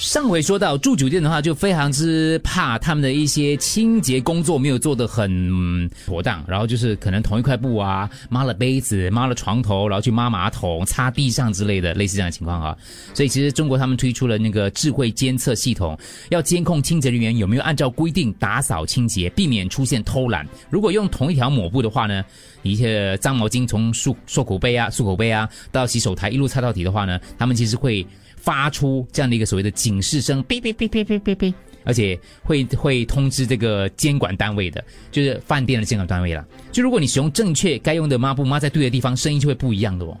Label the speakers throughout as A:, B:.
A: 上回说到住酒店的话，就非常之怕他们的一些清洁工作没有做得很嗯妥当，然后就是可能同一块布啊，抹了杯子，抹了床头，然后去抹马桶、擦地上之类的，类似这样的情况啊。所以其实中国他们推出了那个智慧监测系统，要监控清洁人员有没有按照规定打扫清洁，避免出现偷懒。如果用同一条抹布的话呢，一些脏毛巾从漱漱口杯啊、漱口杯啊到洗手台一路擦到底的话呢，他们其实会。发出这样的一个所谓的警示声，哔哔哔哔哔哔哔，而且会会通知这个监管单位的，就是饭店的监管单位啦。就如果你使用正确该用的抹布抹在对的地方，声音就会不一样的哦。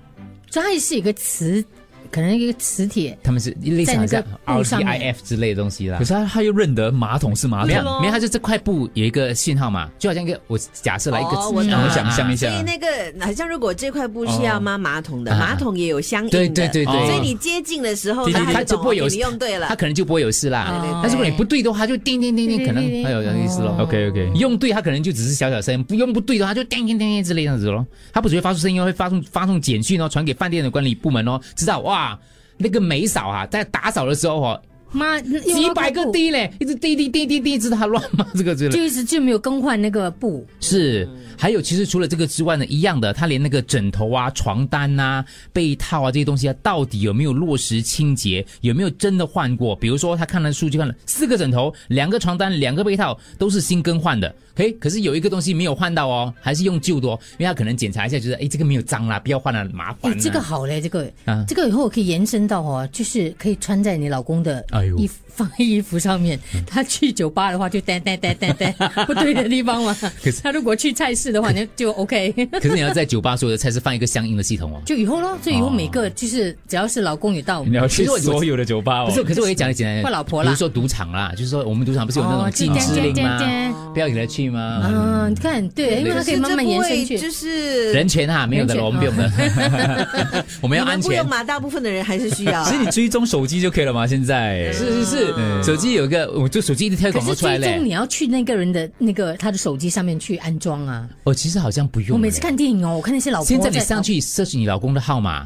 B: 所以它也是一个磁，可能一个磁铁。
A: 他们是类似好像
B: 在那个
A: R
B: 布
A: T
B: 上
A: I
B: 面
A: F 之类的东西啦
C: 可。是他他又认得马桶是马
A: 没
C: 桶，
A: 有，没有，它就这块布有一个信号嘛，就好像一个我假设来一个，
B: 哦我懂
C: 我想象一
D: 所
C: 下，
D: 以那个好像如果这块布是要抹马桶的，
A: 哦
D: 马桶也有相应的，
A: 对对对对，
D: 所以你接近的时候，
A: 对对对
D: 它
A: 它就不会有
D: 哦你用对
A: 它
D: 了，
A: 可能就不会有事
D: 对
A: 啦。
D: 对对
A: 但是如果你不对的话，它就叮叮叮叮，可能哎有意思咯。
C: OK OK，
A: 用对它可能就只是小小声，不用不对的话就叮叮叮叮之类这样子咯。它不只会发出声音哦，会发送发送简讯哦，传给饭店的管理部门哦，知道哇，那个梅嫂啊，在打扫的时候哦，
B: 妈，几
A: 几百个滴嘞，一直滴滴滴滴滴，知道它乱吗？这个之类
B: 就
A: 的。
B: 一直就没有更换那个布。
A: 是，还有其实除了这个之外呢，一样的，它连那个枕头啊、床单呐、被套啊这些东西啊，到底有没有落实清洁，有没有真的换过？比如说他看了数据，看了四个枕头、两个床单、两个被套都是新更换的，诶，可是有一个东西没有换到哦，还是用旧的哦，因为他可能检查一下，觉得诶这个没有脏啦，不要换了，麻烦、
B: 哎
A: 啊。，
B: 这 个好嘞，这个
A: 啊
B: 这个以后我可以延伸到哦，就是可以穿在你老公的
C: 哎呦
B: 衣服 放在衣服上面。他去酒吧的话就呆呆呆 呆呆不对的地方嘛。他如果去菜市的话，那就 OK。
A: 可是你要在酒吧所有的菜是放一个相应的系统哦。
B: 就以后咯，所以以后每个就是只要是老公有到，
C: 你要去
A: 其实我
C: 所有的酒吧哦
A: 不。是，可是我哎也讲的简单一点，
B: 换老婆
A: 比
B: 啦
A: 如说赌场啦，就是说我们赌场不是有那种
B: 哦
A: 禁止令吗？不要给他去吗？
B: 嗯，你看对，因为它可以慢慢延伸
D: 可是这不会就
B: 去。
D: 是
A: 人权哈，没有的
B: 啊
A: 了，我们不用 的，我们
D: 你
A: 要
D: 们
A: 安
D: 不
A: 全
D: 用。抹，大部分的人还是需 要啊。
C: 其实你追踪手机就可以了嘛，现在
A: 是是是，嗯手机有一个，我就手机一直跳
B: 可
A: 广告
B: 是
A: 出来
B: 最终
A: 嘞
B: 你。要去那个人的那个他的手机上面去安装啊。
A: 哦，其实好像不用。
B: 我每次，看电影哦，我看那些老婆
A: 现在你
B: 在嗯
A: 上去 search 你老公的号码，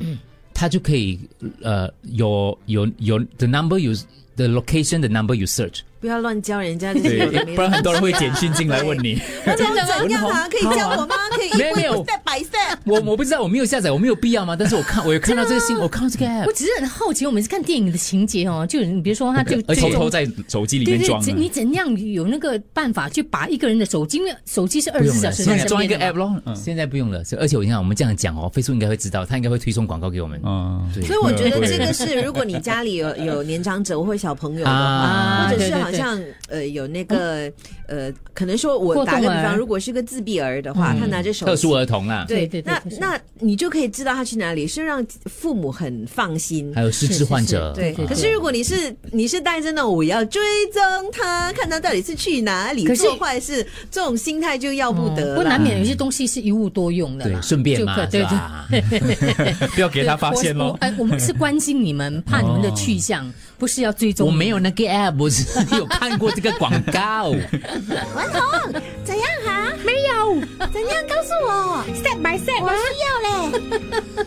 A: 他就可以呃有有有 the number you the location the number you search。
D: 不要乱教人家这 些
C: 对
D: 有的没，的，
C: 不然很多人会简讯进来问 你。
D: 那怎么怎样 啊？可以教我吗？可以一
A: 没有
D: 步
A: 没
D: 一
A: 有
D: 步 step by step。
A: 我我不知道，我没有下载，我没有必要吗？但是我看我有看到这个新，我看到这个 app，
B: 我只是很好奇，我每次看电影的情节哦，就你比如说他就
C: 而且
B: 最
C: 偷
B: 终
C: 偷在手机里
B: 对
C: 面装
B: 对，
C: 啊。
B: 怎你怎样有那个办法去把一个人的手机？因为手机是二
A: 不
B: 十
A: 用
B: 四小
A: 了，
B: 时
A: 现
B: 在
A: 在装一个
B: 身边
A: app
B: 的嘛
C: 嗯
A: 咯。嗯现在不用了，而且我你看我们这样讲哦，飞速应该会知道，他应该会推送广告给我们。
C: 嗯，
A: 对
D: 所以我觉得这个是，如果你家里有有年长者或小朋友的
A: 啊
D: 话，或者
B: 对
D: 是
B: 对
D: 好
B: 对
D: 像呃有那个呃，可能说我
B: 过
D: 打个
B: 动
D: 比方，
B: 儿
D: 如果是个自闭儿的话，他拿着
A: 嗯
D: 手
A: 特殊
D: 机，
A: 儿童啊啦，
D: 对
B: 对对对
D: 那
B: 特殊
D: 那你就可以知道他去哪里，是让父母很放心
A: 还。有失智患者。
B: 是
D: 对，可是如果你是你是带着那种我要追踪他，看他到底是去哪里
B: 可是
D: 做坏事，这种心态就要不得
B: 不过
D: 了
B: 难。免有些东西是一物多用的啦
A: 对，顺便
B: 就
A: 嘛，
B: 可对
A: 是
B: 对。
A: 吧？
C: 不要给他发现
B: 我
C: 喽
B: 我。哎，我们是关心你们，怕你们的去向，不是要追踪。
A: 我没有那个 app，我只是有看过这个广告。
D: 顽童，怎样哈、没有，怎样告诉我？step by step，我需要嘞。